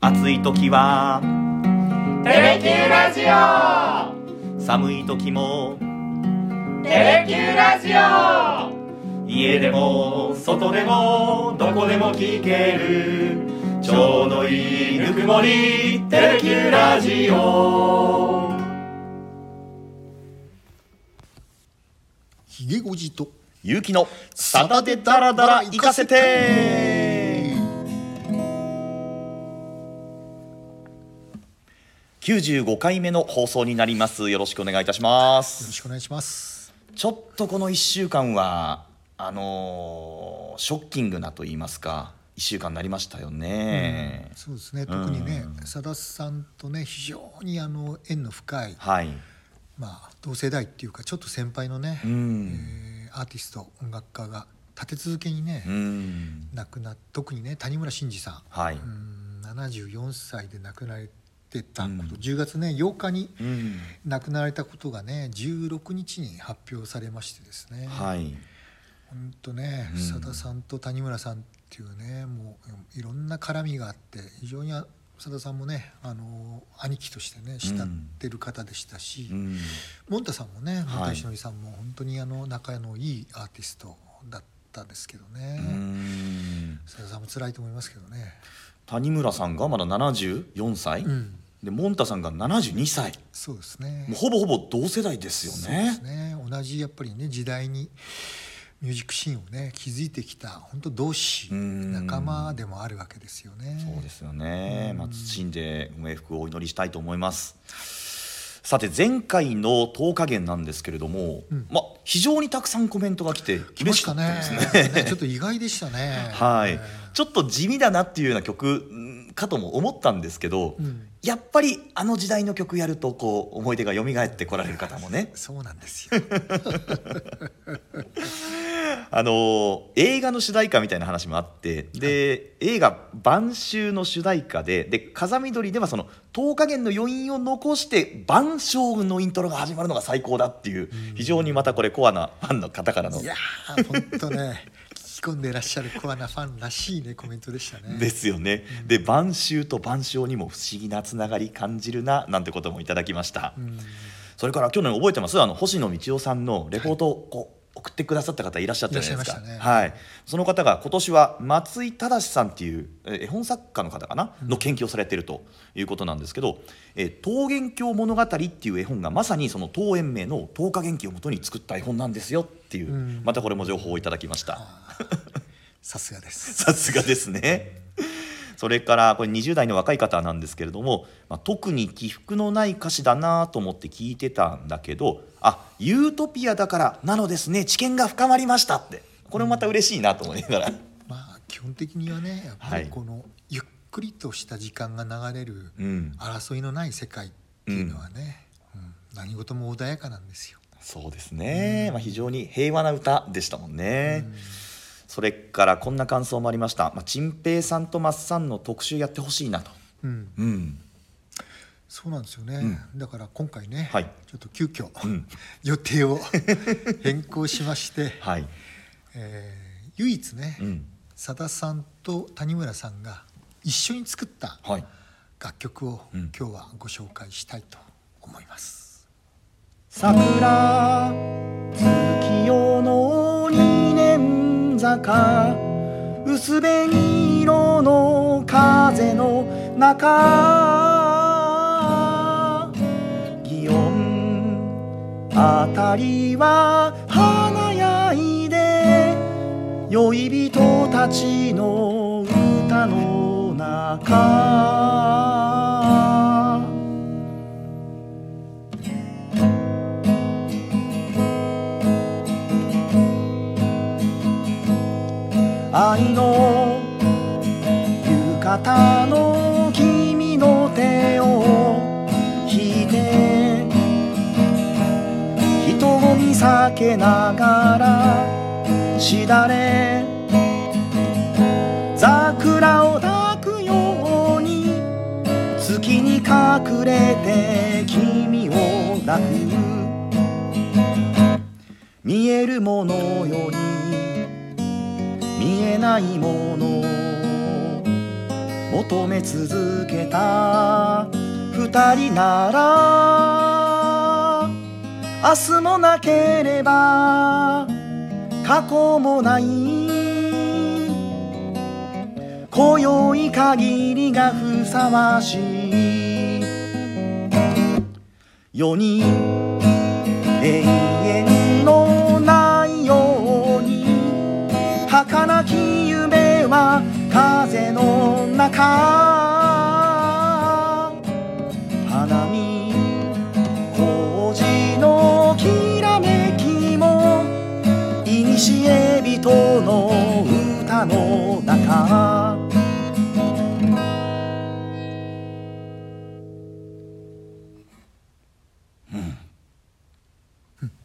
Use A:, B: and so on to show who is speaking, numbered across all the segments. A: 暑い時は
B: テレキューラジオ
A: 寒い時も
B: テレキューラジオ
A: 家でも外でもどこでも聞けるちょうどいいぬくもりテレキューラジオ
C: ひげごじと
A: ゆうきのサタでダラダラ行かせて95回目の放送になりますよろしくお願いいたしま
C: よろ
A: す
C: しくお願いします
A: ちょっとこの1週間はあのーショッキングなと言いますか1週間になりましたよね、
C: そうですね特にねさださんとね非常にあの縁の深い、
A: はい
C: まあ、同世代っていうかちょっと先輩のね、
A: うん、
C: えーアーティスト音楽家が立て続けにね、
A: うん、
C: 亡くなっ特にね谷村新司さ
A: はい、
C: んうん74歳で亡くなられてた
A: う
C: こと、
A: ん
C: 10月ね8日に
A: うん、
C: 亡くなられたことがね16日に発表されましてですね、
A: はい
C: 本当ね
A: うん
C: さださんと谷村さんっていうねもういろんな絡みがあって非常にあさださんもねあの兄貴としてね慕ってる方でしたし、
A: うん
C: もんたさんもね
A: はい
C: もんたいしのりさんも本当にあの仲のいいアーティストだったんですけど
A: う
C: ね
A: ん
C: さだ、さんも辛いと思いますけどね
A: 谷村さんがまだ74歳、
C: うん
A: でモンタさんが72歳
C: そうですね
A: もうほぼほぼ同世代ですよね
C: そうですね同じやっぱりね時代にミュージックシーンをね築いてきた本当同志
A: うん
C: 仲間でもあるわけですよね。
A: そうですよね、まあ、謹んでご冥福をお祈りしたいと思いますさて前回の10日減なんですけれども、
C: うん
A: まあ、非常にたくさんコメントが来て
C: 来
A: 嬉
C: ま
A: し
C: し
A: か
C: た
A: った
C: ね
A: ですね
C: ねちょっと意外でしたね
A: はい
C: え
A: ちょっと地味だなっていうような曲んかとも思ったんですけど、
C: ーうん
A: やっぱりあの時代の曲やるとこう思い出が蘇ってこられる方もね
C: そうなんです よ
A: あのー映画の主題歌みたいな話もあってで、映画「晩秋」の主題歌でで風見鶏ではその10日間の余韻を残して晩秋のイントロが始まるのが最高だっていう非常にまたこれコアなファンの方からの
C: いやー本当ね聞き込んでいらっしゃるコアなファンらしいねコメントでしたね
A: ですよね。で晩秋と晩秋にも不思議なつながり感じるななんてこともいただきました。
C: うん
A: それから去年覚えてますあの星野道夫さんのレポートをこう送ってくださった方いらっしゃったじゃないですか
C: いらっしゃいましたね
A: はい、その方が今年は松井忠さんっていうえー絵本作家の方かなの研究をされているということなんですけど「えー桃源郷物語」っていう絵本がまさにその桃園名の桃花元気をもとに作った絵本なんですよっていう、
C: うん
A: またこれも情報をいただきました。
C: さすがです
A: さすがですね。それからこれ20代の若い方なんですけれども、まあ、特に起伏のない歌詞だなと思って聞いてたんだけど「あユートピアだからなのですね知見が深まりました」ってこれもまた嬉しいなと思いながら。
C: まあ基本的にはねやっぱりこのゆっくりとした時間が流れる
A: うん、
C: 争いのない世界っていうのはね、うん何事も穏やかなんですよ
A: そうですね、まあ、非常に平和な歌でしたもんね。それからこんな感想もありました「まあ、陳平さんとマッさんの特集やってほしいな」と。
C: うん
A: うん
C: そうなんですよね、だから今回ね、
A: はい
C: ちょっと急遽、
A: ん
C: 予定を変更しまして、
A: はい
C: えー唯一ね
A: うん
C: さだ、さんと谷村さんが一緒に作った
A: はい、
C: 楽曲を
A: うん
C: 今日はご紹介したいと思います、
A: 桜月夜の二年坂薄紅色の風の中祇園あたりは華やいで宵人たちの歌の中愛の浴衣の君の手を引いて人を見避けながらしだれ桜を抱くように月に隠れて君を抱く見えるものより見えないもの求め続けた二人なら明日もなければ過去もない今宵限りがふさわしい4人永遠のないように儚き夢は風の中花見工事のきらめきも古人の歌の中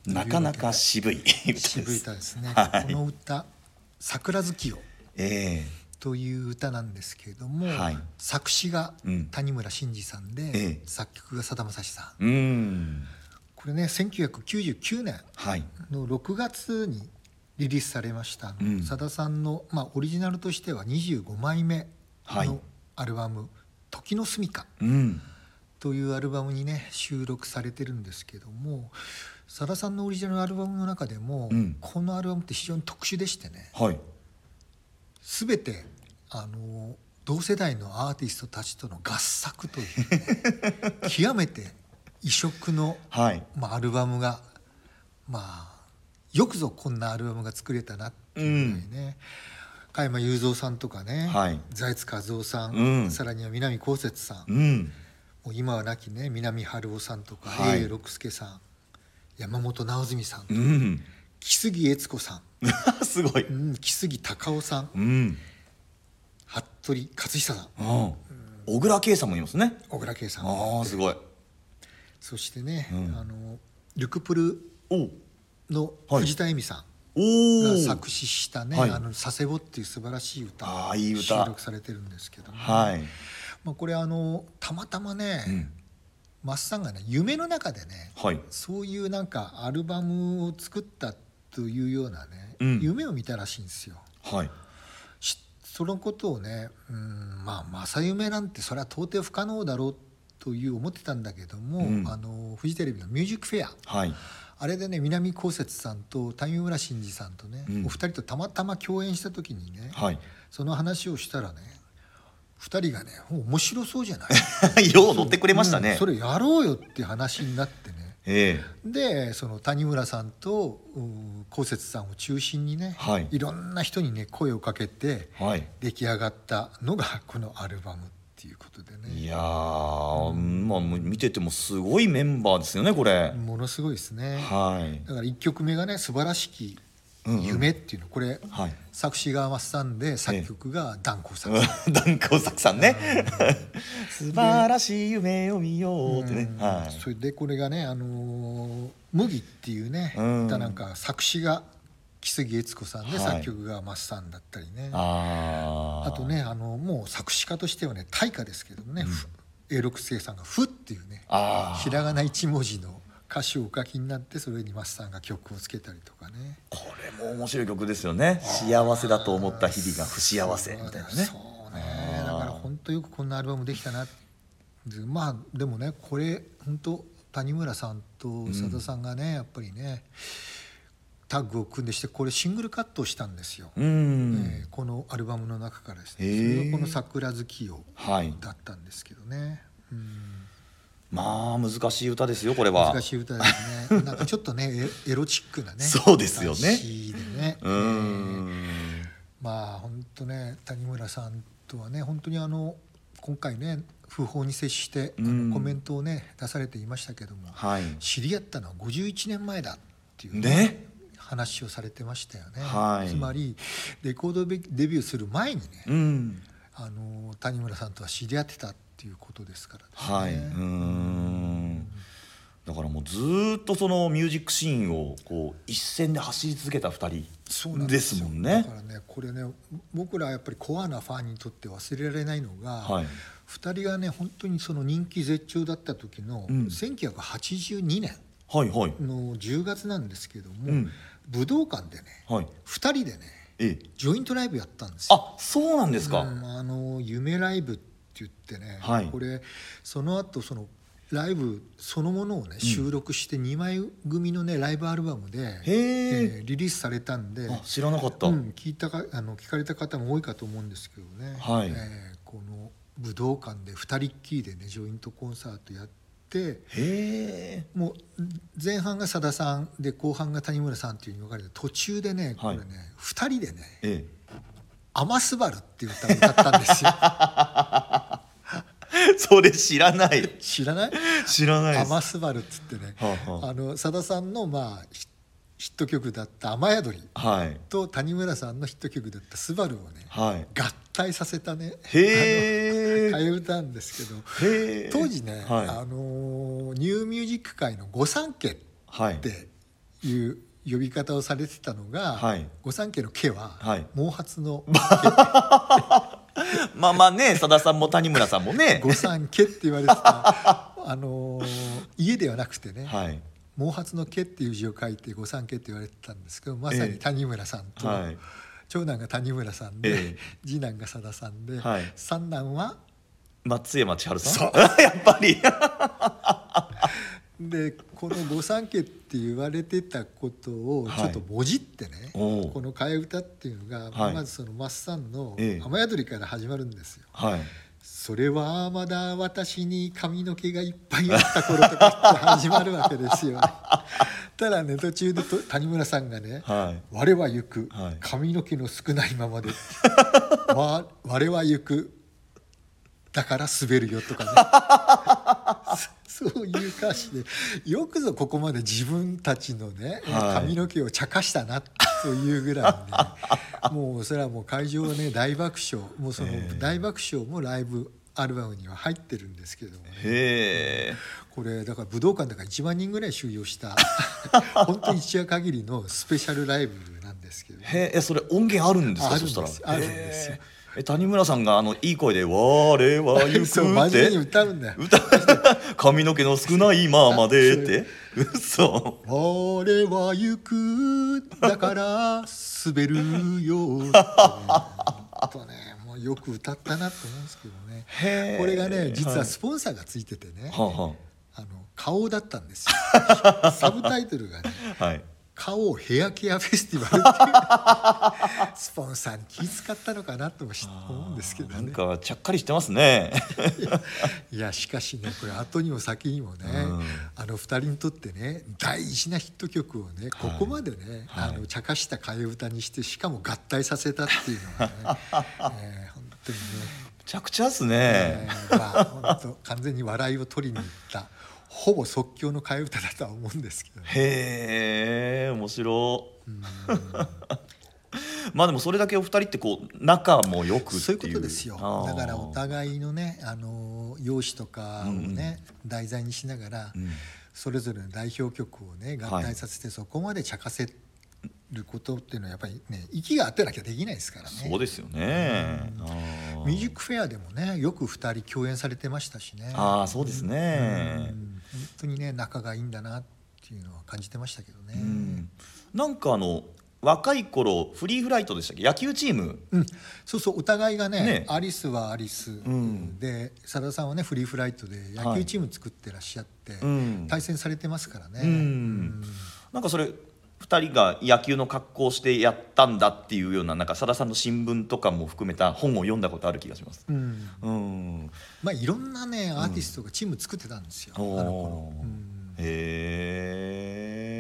A: なかなか渋い歌です。
C: 渋い歌ですね、
A: はい
C: この歌「桜月夜
A: え」
C: という歌なんですけれども、
A: はい
C: 作詞が
A: うん
C: 谷村新司さんで、
A: ええ
C: 作曲がさだまさしさん
A: えうん
C: これね1999年
A: はい
C: の6月にリリースされましたあの
A: うん
C: さだ、さんの、まあ、オリジナルとしては25枚目
A: はい
C: のアルバム「時の住みか」
A: うん
C: というアルバムにね収録されてるんですけどもさださんのオリジナルアルバムの中でも、
A: うん
C: このアルバムって非常に特殊でしてね
A: はい
C: 全てあの同世代のアーティストたちとの合作という、ね、 極めて異色の、
A: はい
C: まあ、アルバムがまあよくぞこんなアルバムが作れたなっていうぐらいね、加山雄三さんとかね、
A: はい
C: 財津和夫さん、
A: うん
C: さらには南こうせつさん、
A: うん
C: もう今は亡きね南春夫さんとか
A: はい
C: 永六輔さん山本直純さん
A: うん
C: 木杉悦子さ
A: すごい
C: ん、うん、木杉隆夫さん
A: うん
C: 服部克久さん
A: うん小倉圭さんもいますね
C: 小倉圭さん
A: ああすごい
C: そしてね、
A: うん
C: あのルクプル
A: おう
C: の
A: はい
C: 藤田恵美さ
A: お
C: んが
A: ー
C: 作詞したね「
A: はい
C: あの佐世保」っていう素晴らしい歌
A: あ
C: が
A: ーいい歌
C: 収録されてるんですけども、
A: はい
C: まあ、これあのたまたまね、
A: うん
C: マスさんがね夢の中でね、
A: はい
C: そういうなんかアルバムを作ったというようなね、
A: うん
C: 夢を見たらしいんですよ。
A: はい
C: しそのことをねうんまあ正夢なんてそれは到底不可能だろうという思ってたんだけども、
A: うん
C: あのフジテレビの「ミュージックフェア」
A: はい
C: あれでね南こうせつさんと谷村新司さんとね、
A: うん
C: お二人とたまたま共演した時にね、
A: はい
C: その話をしたらね二人がね「面白そ うじゃない」
A: よう乗ってくれました
C: う
A: ね
C: んそれやろうよって話になってね
A: ええ
C: でその谷村さんとうんこうせつさんを中心にね、
A: はい
C: ろんな人にね声をかけて
A: はい
C: 出来上がったのがこのアルバムっていうことで
A: い
C: ね
A: やーまあもう見ててもすごいメンバーですよねこれ
C: ものすごいですね
A: はい
C: だから1曲目がね「素晴らしき
A: うんうん
C: 夢」っていうのこれ、
A: はい
C: 作詞が松さんで作曲が檀光さん、
A: 断交作さんね素晴らしい夢を見ようってね
C: うん
A: はい
C: それでこれがね「あのー麦」っていうね、
A: うん
C: 歌なんか作詞が木杉悦子さんで、
A: はい
C: 作曲が松さんだったりね
A: あー
C: あとねあのもう作詞家としてはね大家ですけどもね、ふ永六星さんが「ふ」っていうね
A: あ
C: ひ
A: あ
C: らがな一文字の歌詞をお書きになってそれにマスさんが曲をつけたりとかね
A: これも面白い曲ですよね幸せだと思った日々が不幸せみたいなね
C: そうねだから本当よくこんなアルバムできたなでまあでもねこれ本当谷村さんと佐田さんがね、やっぱりねタッグを組んでしてこれシングルカットをしたんですよ、
A: うん
C: えーこのアルバムの中からです
A: へ
C: ね
A: ー
C: それがこの「桜月夜」
A: はい
C: だったんですけどね、うん、
A: まあ難しい歌ですよこれは
C: 難しい歌ですねなんかちょっとねエエロチックな ね
A: そうですよね
C: 歌詞でね
A: うーん
C: まあ本当ね谷村さんとはね本当にあの今回ね訃報に接して、あの
A: うん
C: コメントをね出されていましたけども、
A: はい
C: 知り合ったのは51年前だっていう
A: ね
C: 話をされてましたよね、
A: はい
C: つまりレコードデビューする前にね、
A: うん
C: あの谷村さんとは知り合ってたっていうことですからですね
A: はい、うーんだからもうずーっとそのミュージックシーンをこう一線で走り続けた2
C: そうな
A: 人
C: ん
A: で
C: です
A: す
C: よ
A: もん
C: だ
A: ね
C: か。らねこれね僕らやっぱりコアなファンにとって忘れられないのが、
A: はい
C: 2人がね本当にその人気絶頂だった時の、
A: うん
C: 1982年
A: はいはい
C: の10月なんですけど
A: う
C: も、
A: ん
C: 武道館でね
A: はい
C: 2人でね
A: えええ
C: ジョイントライブやったんですよ。
A: あそうなんですか、
C: うんあの夢ライブって言ってね、
A: はい
C: これその後そのライブそのものをね収録して2枚組のねライブアルバムで、
A: へえ
C: えーリリースされたんで、
A: あ知らなかった、
C: うん、聞いたかあの聞かれた方も多いかと思うんですけどね、
A: はい
C: えーこの武道館で2人っきりでねジョイントコンサートやって。
A: へえ
C: もう前半がさださんで後半が谷村さんっていうのに分かれて途中でねこれね、2人でね
A: え
C: 「アマスバル」っていう歌を歌ったんですよ
A: え それ知らない
C: 知らない
A: 知らない
C: 「ア
A: です
C: マスバル」っつってね
A: はあはあ
C: あのさださんのまあヒヒット曲だった「雨宿り
A: はい」
C: と谷村さんのヒット曲だった「スバルをね
A: はい
C: 合体させたね
A: へえ
C: 替え歌なんですけど
A: へえ
C: 当時ね、
A: はい
C: あのーニューミュージック界の御三家っ
A: はい
C: ていう呼び方をされてたのが、
A: はい
C: 御三家の家は、
A: はい
C: 毛 髪の
A: まあまあねさださんも谷村さんもね
C: 御三家って言わ れてた、あのー家ではなくてね、
A: はい
C: 毛髪の家っていう字を書いて御三家って言われてたんですけどまさに谷村さんと、
A: はい
C: 長男が谷村さんで、
A: ええ
C: 次男がさださんで、
A: はい
C: 三男は
A: 松山千春さん
C: そ
A: やっぱり
C: でこの御三家って言われてたことをちょっともじってね、
A: おう
C: この替え歌っていうのが、
A: はい
C: まずそのマスさんの
A: ええ
C: 「雨宿り」から始まるんですよ。
A: はい
C: それはまだ私に髪の毛がいっぱいあった頃とかって始まるわけですよね。ただね途中でと谷村さんがね
A: はい
C: 我は行く、
A: はい
C: 髪の毛の少ないま までわ我は行くだから滑るよとか ねそそういう歌詞でよくぞここまで自分たちのね、
A: はい
C: 髪の毛を茶化したなというぐらい ねもうそれはもう会場はね大爆笑もうその
A: ええ
C: 大爆笑もライブアルバムには入ってるんですけどもね
A: へえ
C: これだから武道館だから1万人ぐらい収容した 本当に一夜限りのスペシャルライブなんですけど
A: へええそれ音源あるんですか
C: ああ
A: そ
C: るんです
A: したら
C: あるんですよ
A: へええ谷村さんがあのいい声で「我は行
C: そう
A: く」っ
C: 真面目に
A: て
C: 歌うんだよ
A: 歌 髪の毛の少ないままでって嘘
C: 「俺は行くだから滑るよ」とねもうよく歌ったなと思うんですけどね
A: へえ
C: これがね実は
A: は
C: スポンサーがついててね、
A: あは
C: あの顔だったんですよサブタイトルがね
A: あはい
C: 顔ヘアケアフェスティバ ルっていうスポンサーに気使ったのかなともし思うんですけど
A: なん
C: ね
A: かちゃっかりしてますね
C: いやしかしねこれ後にも先にもね、
A: うん
C: あの2人にとってね大事なヒット曲をねここまでね、
A: はい
C: あの茶化した替え歌にしてしかも合体させたっていうの はね、えー本当にね、
A: めちゃくちゃです
C: え
A: ね、
C: ーまあ本当完全に笑いを取りに行ったほぼ即興の替え歌だとは思うんですけどね。
A: へえ面白 まあでもそれだけお二人ってこう仲もよくっていう
C: そういうことですよ
A: あー
C: だからお互いのねあの容姿とかをね、題材にしながら、
A: ん
C: それぞれの代表曲をね合体させてそこまで茶化せることっていうのはやっぱりね息が合ってなきゃできないですからね。
A: そうですよねあー
C: ミュージックフェアでもねよく2人共演されてましたしね
A: あーそうですね
C: うん本当にね仲がいいんだなっていうのは感じてましたけどね。
A: うんなんかあの若い頃フリーフライトでしたっけ野球チーム
C: うん、そうそうお互いがね
A: ね
C: アリスはアリス、
A: ん
C: でさださんはねフリーフライトで野球チーム作ってらっしゃって、
A: うん
C: 対戦されてますからね、
A: うんなんかそれ2人が野球の格好をしてやったんだっていうようななんかさださんの新聞とかも含めた本を読んだことある気がします。
C: うん
A: うん、
C: まあいろんなねアーティストがチーム作ってたんですよ、
A: お
C: あの頃
A: お、へえ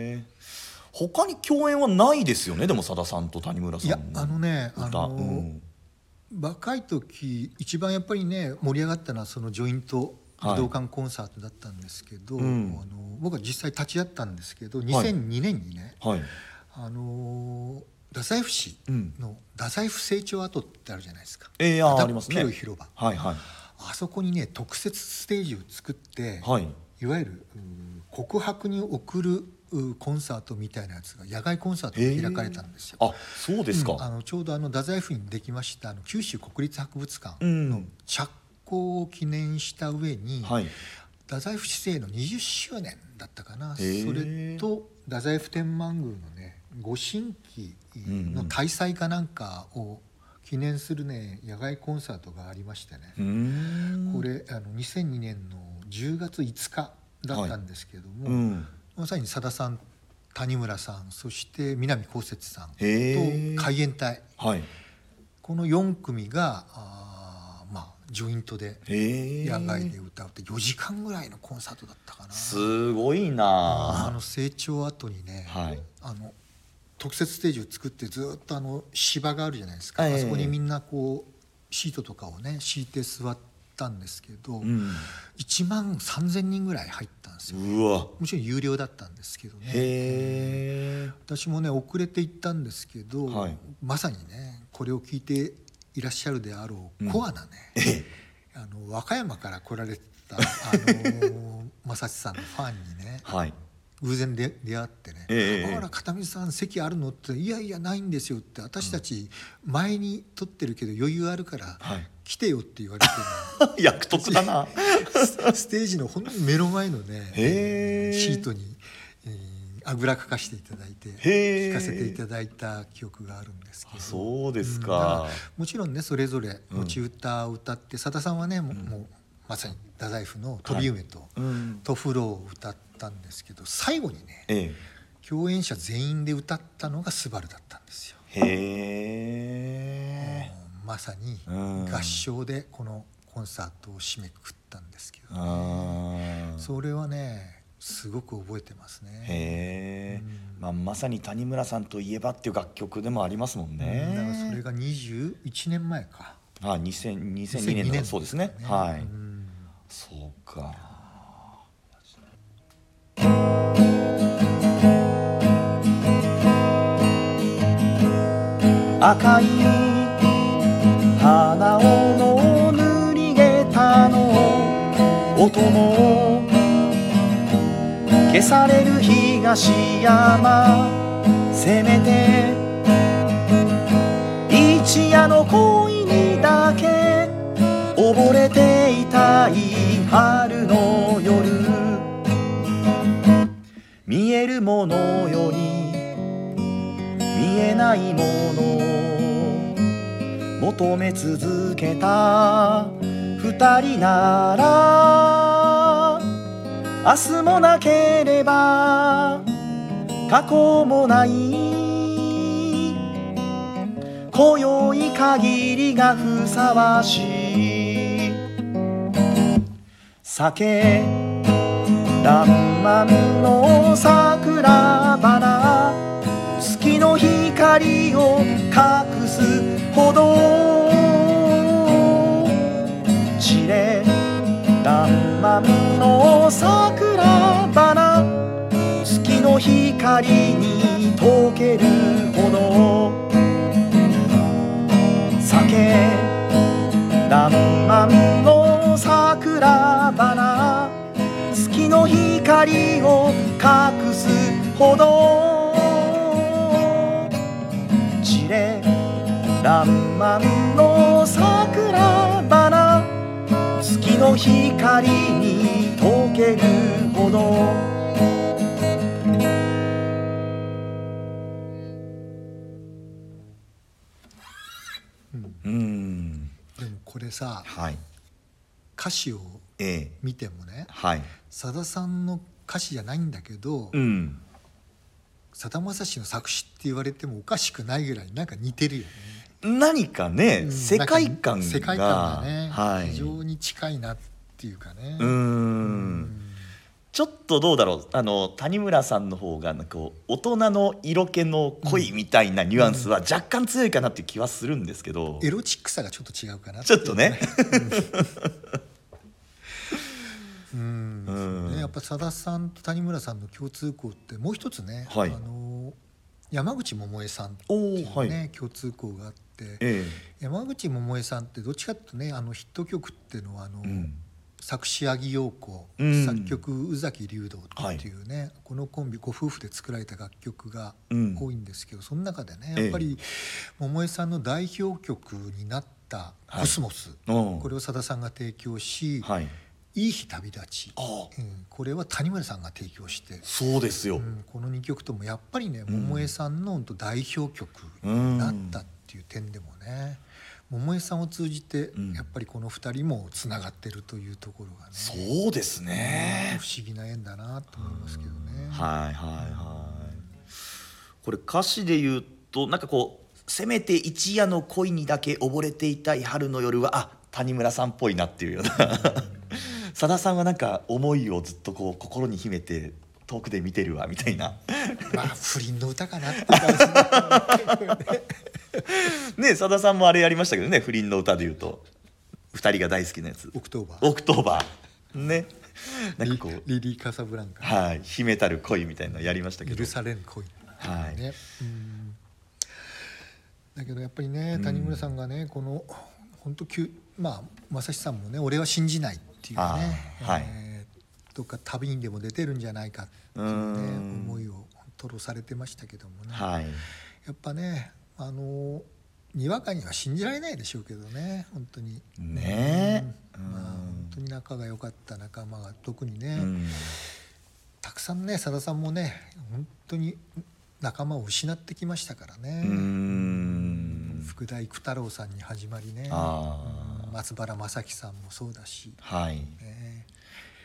A: 他に共演はないですよねでもさださんと谷村さん
C: いやあのねあ
A: 歌
C: の、
A: うん
C: 若い時一番やっぱりね盛り上がったのはそのジョイント武道館コンサートだったんですけど、
A: はいうん
C: あの僕は実際立ち会ったんですけど
A: はい
C: 2002年にね、
A: はい
C: あの太宰府市の太宰府成長跡ってあるじゃないですか、
A: えー、あーありますね
C: 広い広場
A: はいはい
C: あそこにね特設ステージを作って、
A: はい
C: い、わゆるうん告白に送るうんコンサートみたいなやつが野外コンサートが開かれたんですよ。
A: あそうですか、
C: うんあのちょうどあの太宰府にできましたあの九州国立博物館
A: うん
C: の着工を記念した上に、
A: はい
C: 太宰府市政の20周年だったかな、
A: へえ
C: それと太宰府天満宮のねご新規の大祭かなんかを記念するね野外コンサートがありましてね、
A: うーん
C: これあの2002年の10月5日だったんですけども、
A: うん
C: まさにさださん谷村さんそして南こうせつさんと
A: へー
C: 海援隊
A: はい
C: この4組があーまあジョイントで
A: へえ
C: 野外で歌うって4時間ぐらいのコンサートだったかな。
A: すごい
C: あ
A: な
C: の成長後にね、
A: はい
C: あの特設ステージを作ってずっとあの芝があるじゃないですか、
A: ええ
C: あそこにみんなこうシートとかをね敷いて座ったんですけ
A: う
C: ど、
A: ん
C: 1万3,000人ぐらい入ったんですよ
A: うわ
C: もちろん有料だったんですけどね
A: へえ
C: 私もね遅れて行ったんですけど、
A: はい
C: まさにねこれを聞いていらっしゃるであろうコアなね、あの和歌山から来られてた、あの正志さんのファンにね
A: はい
C: 偶然で出会ってね「
A: ええ
C: あら片見さん席あるの?」って「いやいやないんですよ」って「私たち前に撮ってるけど余裕あるから
A: はい
C: 来てよ」って言われてね、
A: 役得だな
C: スス テージのほんの目の前のね
A: へえ
C: シートに、えーあぐらかかしていただいて
A: へえ
C: 聞かせていただいた記憶があるんですけど。
A: そうです
C: だ
A: か
C: からもちろんねそれぞれ持ち歌を歌って、さださんはねもう,、もうまさに太宰府の「飛び梅と」
A: うん
C: と「フロー」を歌ったんですけど最後にね
A: え
C: 共演者全員で歌ったのが「スバルだったんですよ。
A: えへえ
C: もうまさに
A: うん
C: 合唱でこのコンサートを締めくくったんですけど、
A: あー
C: それはねすごく覚えてますね。
A: へえ、まあ、まさに谷村さんといえばっていう楽曲でもありますもん
C: うんだから
A: ね。
C: それが21年前か。
A: あ、二千二千二年
C: 2002
A: のそうですね。は
C: う
A: い。
C: ん
A: そうか。赤い花をの塗りげたの音も消される東山せめて一夜の恋にだけ溺れていたい春の夜見えるものより見えないものを求め続けた二人なら明日もなければ過去もない今宵限りがふさわしい酒爛漫の桜花月の光を隠すほど知れ爛漫の桜花月の光に溶けるほど酒爛漫の桜花月の光を隠すほど散れ爛漫の桜花月の光に溶けるほどうん
C: でもこれさ
A: はい
C: 歌詞を
A: ええ
C: 見てもね
A: はい
C: さださんの歌詞じゃないんだけど、
A: うん
C: さだまさしの作詞って言われてもおかしくないぐらいなんか似てるよね。
A: 何かね、
C: うん
A: 世界観
C: なん
A: が
C: か世界観がね、
A: はい、
C: 非常に近いなっていうかね。
A: うーんちょっとどうだろうあの谷村さんの方がなんかこう大人の色気の恋みたいなニュアンスは若干強いかなっていう気はするんですけど、
C: エロチックさがちょっと違うかな
A: ちょっとね
C: うん
A: うん
C: ねやっぱさださんと谷村さんの共通項ってもう一つね、
A: はい
C: あの山口百恵さんっていうね、
A: おーは
C: 共通項があって
A: え
C: 山口百恵さんってどっちかっていうとねあのヒット曲っていうのはあの、
A: えうん
C: 作詞八木陽子、
A: うん
C: 作曲宇崎竜童っていうね、このコンビご夫婦で作られた楽曲が
A: うん
C: 多いんですけど、その中でね
A: ええ
C: やっぱり桃江さんの代表曲になった「コスモス」
A: おう
C: これをさださんが提供し、
A: はい
C: いい日旅立ち」
A: ああ
C: うんこれは谷村さんが提供して、
A: そうですよ、
C: うんこの2曲ともやっぱりね桃江さんの本当代表曲になったっていう点でもね、桃江さんを通じて
A: ん
C: やっぱりこの2人もつながってるというところがね、
A: そうですね、
C: 不思議な縁だなと思いますけどね。
A: はいはいはいこれ歌詞で言うとなんかこうせめて一夜の恋にだけ溺れていたい春の夜はあ谷村さんっぽいなっていうような さださんはなんか思いをずっとこう心に秘めて遠くで見てるわみたいな
C: まあ不倫の歌かなって感じ
A: ねさださんもあれやりましたけどね不倫の歌で言うと2人が大好きなやつ
C: オクトーバ
A: オクトーバーねなんかこ
C: ー
A: う
C: リリリー・カサブランカ
A: はい秘めたる恋みたいなのやりましたけど
C: 許されん恋、
A: はい
C: ねうんだけどやっぱりね谷村さんがねこの本当急まあ正志さんもね「俺は信じない」っていうね
A: あーはい
C: えーどっか旅にでも出てるんじゃないかっていう
A: う
C: ね
A: ん
C: 思いを吐露されてましたけどもね、
A: はい
C: やっぱねあのにわかには信じられないでしょうけどね本当に。
A: ねえ
C: まあ、本当に仲が良かった仲間が特にね、
A: うん
C: たくさんねさださんもね本当に仲間を失ってきましたからね、
A: うーん
C: 福田育太郎さんに始まりね
A: あ
C: うん松原正樹さんもそうだし、
A: はい
C: ね、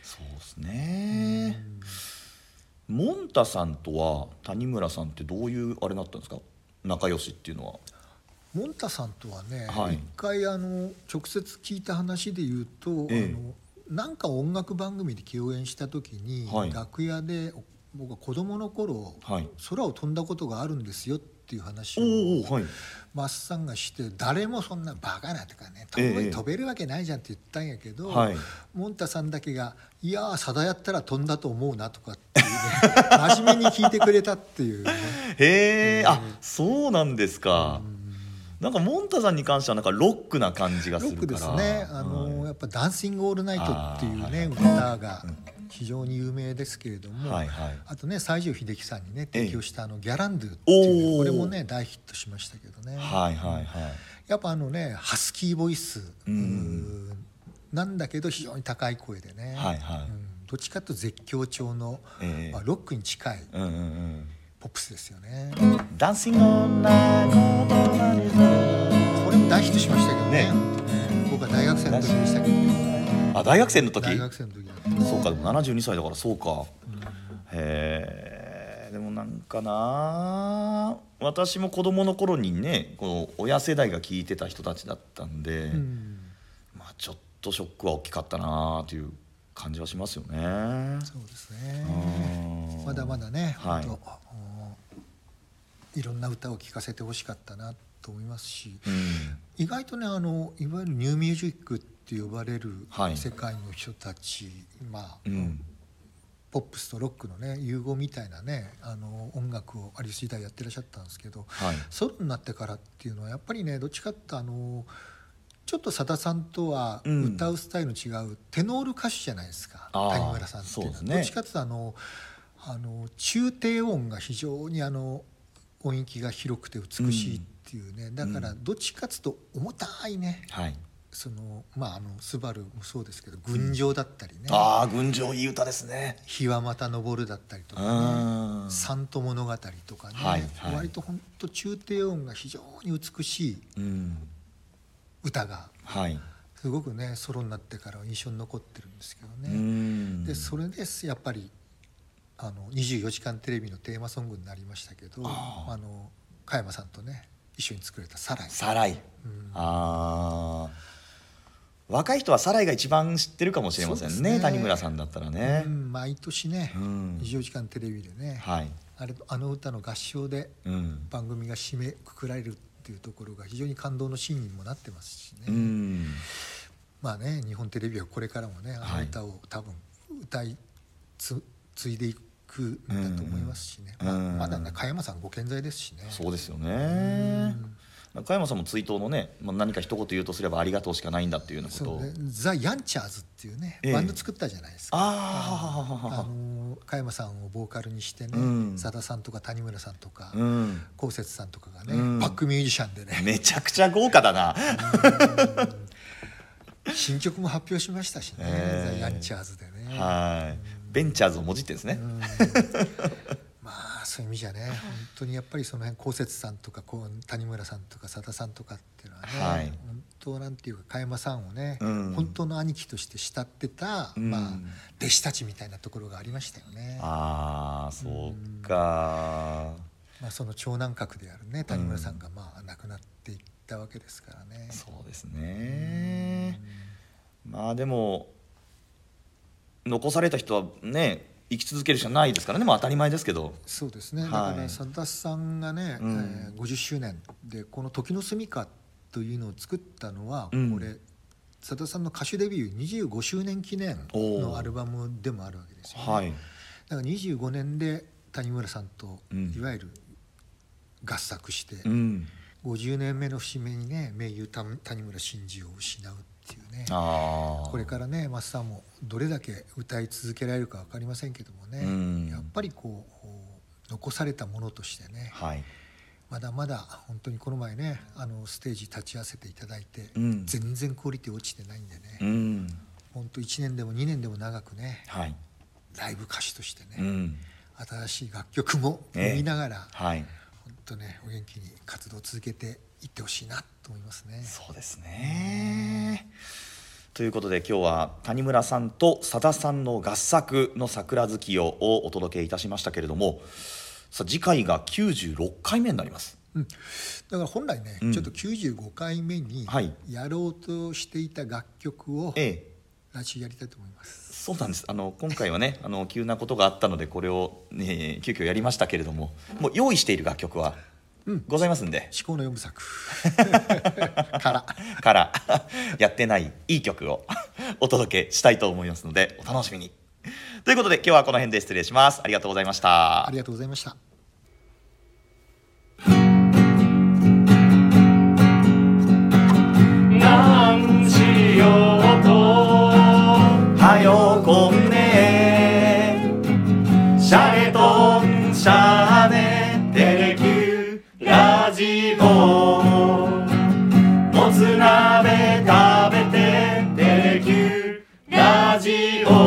A: そうですねもんたさんとは谷村さんってどういうあれだったんですか仲良しっていうのは
C: もんたさんとはね、
A: はい
C: 一回あの直接聞いた話で言うと、
A: ええ
C: あのなんか音楽番組で共演した時に、
A: はい
C: 楽屋で僕は子供の頃、
A: はい
C: 空を飛んだことがあるんですよっていう話
A: お
C: を
A: ーおーはい
C: マスさんがして誰もそんなバカなとかね
A: ええ
C: 飛べ飛べるわけないじゃんって言ったんやけど、
A: はい
C: モンタさんだけが「いやーさだやったら飛んだと思うな」とかっていうね 真面目に聞いてくれたっていうね、
A: へえあそうなんですかなんかもんたさんに関してはなんかロックな感じが
C: ロ
A: するか
C: ック
A: ら
C: ですね、あのーやっぱ「ダンシング・オールナイト」っていうね歌が非常に有名ですけれども、
A: はいはい
C: あとね西城秀樹さんにね提供したあの「ギャランドゥ」って
A: お
C: い
A: ー
C: うこれもね大ヒットしましたけどね。
A: はいはいはい
C: やっぱあのねハスキーボイス、
A: うん
C: うんなんだけど非常に高い声でね、
A: はいはい
C: うんどっちかというと絶叫調の、
A: ええ
C: まあ、ロックに近い
A: うんうんうん
C: ポップスですよね、
A: ダンシングオンライ
C: これも大ヒットしましたけどね
A: ね
C: 僕は大学生の時でしたけど、
A: あ大学生の時
C: 大学生の時だった
A: そうかでも72歳だからそうか、へえでもなんかな私も子供の頃にねこの親世代が聞いてた人たちだったんで、
C: うん
A: まあちょっとショックは大きかったなという感じはしますよね
C: そうですね
A: うん
C: まだまだね、
A: はい
C: 本当うんいろんな歌を聴かせてほしかったなと思いますし、
A: うん
C: 意外とねあのいわゆるニューミュージックって呼ばれる
A: はい
C: 世界の人たち、まあ
A: うん
C: ポップスとロックのね融合みたいなねあの音楽をアリス時代やってらっしゃったんですけど、
A: はい
C: ソロになってからっていうのはやっぱりねどっちかっていうとあのちょっとさださんとは
A: うん
C: 歌うスタイルの違う、テノール歌手じゃないですか
A: あー
C: 谷村さんっていう
A: そうで
C: のは
A: すね
C: どっちかっていうとあのあの中低音が非常にあの音域が広くて美しいっていうね、だからどっちかっていうと重たいね、
A: はい
C: そのまああの「スバルもそうですけど「群青」だったりね、
A: ああ群青いい歌ですね
C: 日はまた昇る」だったりと
A: う
C: かね「
A: ん
C: 三都物語」とかね、
A: はいはい
C: 割と本当中低音が非常に美しい
A: うん
C: 歌が
A: はい
C: すごくねソロになってから印象に残ってるんですけど
A: う
C: ね、
A: ん
C: でそれですやっぱりあの「24時間テレビ」のテーマソングになりましたけど
A: あ
C: あの加山さんとね一緒に作れた「サライ」
A: サライ、あー若い人はサライが一番知ってるかもしれません
C: そう
A: ね
C: ですね
A: 谷村さんだったらね、
C: うん毎年ね「
A: うん
C: 24時間テレビ」でね、
A: はい、
C: あれあの歌の合唱で
A: うん
C: 番組が締めくくられるっていうところが非常に感動のシーンにもなってますしね、
A: うん、
C: まあね日本テレビはこれからもねあ
A: は
C: の
A: い
C: 歌を多分歌いつ継いでいくんだと思いますしね、
A: うん
C: まあ
A: うん
C: まだね加山さんご健在ですしね
A: そうですよね加山さんも追悼のね、まあ、何か一言言うとすればありがとうしかないんだっていうようなこと
C: そう
A: を、
C: ねザ・ヤンチャーズっていうね
A: ええ
C: バンド作ったじゃないですか。あ
A: あ
C: の加山さんをボーカルにしてね
A: うん
C: さだ、さんとか谷村さんと
A: あ、
C: か
A: うん、
C: こうせつさんとかがね、
A: うん
C: バックミュージシャンでね
A: めちゃくちゃ豪華だな
C: 新曲も発表しましたしね、
A: ええ
C: ザ・ヤンチャーズでね、
A: はいベンチャーズをもじってですね、
C: まあそういう意味じゃね本当にやっぱりその辺高節さんとかこう谷村さんとか佐田さんとかっていうのはね、
A: はい
C: 本当なんていうか加山さんをね、
A: うん
C: 本当の兄貴として慕ってた、
A: ん
C: まあ、弟子たちみたいなところがありましたよね。
A: ああそうか
C: まあ、その長男格であるね谷村さんがまあ亡くなっていったわけですからね。
A: そうですねまあでも残された人はね生き続けるしかないですからねまあ当たり前ですけど
C: そうですね、
A: はい
C: だから佐田さんがね、
A: うん
C: えー50周年でこの「時の住みか」というのを作ったのは、
A: うん
C: これ佐田さんの歌手デビュー25周年記念
A: おー
C: のアルバムでもあるわけですよ、ね
A: はい
C: だから25年で谷村さんと
A: うん
C: いわゆる合作して、
A: うん
C: 50年目の節目にね名優た谷村新司を失うっていうね
A: ああ
C: これからね松さんもどれだけ歌い続けられるか分かりませんけどもね、
A: うん
C: やっぱりこう残されたものとしてね
A: はい
C: まだまだ本当にこの前ねあのステージ立ち会わせていただいて、
A: うん
C: 全然クオリティ落ちてないんでね、
A: うん
C: 本当1年でも2年でも長くね
A: はい
C: ライブ歌手としてね、
A: うん
C: 新しい楽曲も
A: ええ
C: 見ながら、
A: はい
C: 本当ねお元気に活動を続けていってほしいなと思いますね。
A: そうですね。ということで今日は谷村さんとさださんの合作の「桜月夜」をお届けいたしましたけれどもさあ次回が96回目になります。
C: だから本来ね、
A: うん
C: ちょっと95回目に
A: はい
C: やろうとしていた楽曲を
A: ええ
C: 来週やりたいと思います。
A: そうなんですあの今回はねあの急なことがあったのでこれを、ね、急遽やりましたけれどももう用意している楽曲はございますんで、
C: 思考の四部作から
A: から やってないいい曲を お届けしたいと思いますのでお楽しみに。ということで今日はこの辺で失礼します。ありがとうございました
C: あ。りがとうございました。
B: 何しようと
A: はよこんねシャレとんしゃーねテレキュー
B: ラジオもつ鍋食べてテレキューラジオ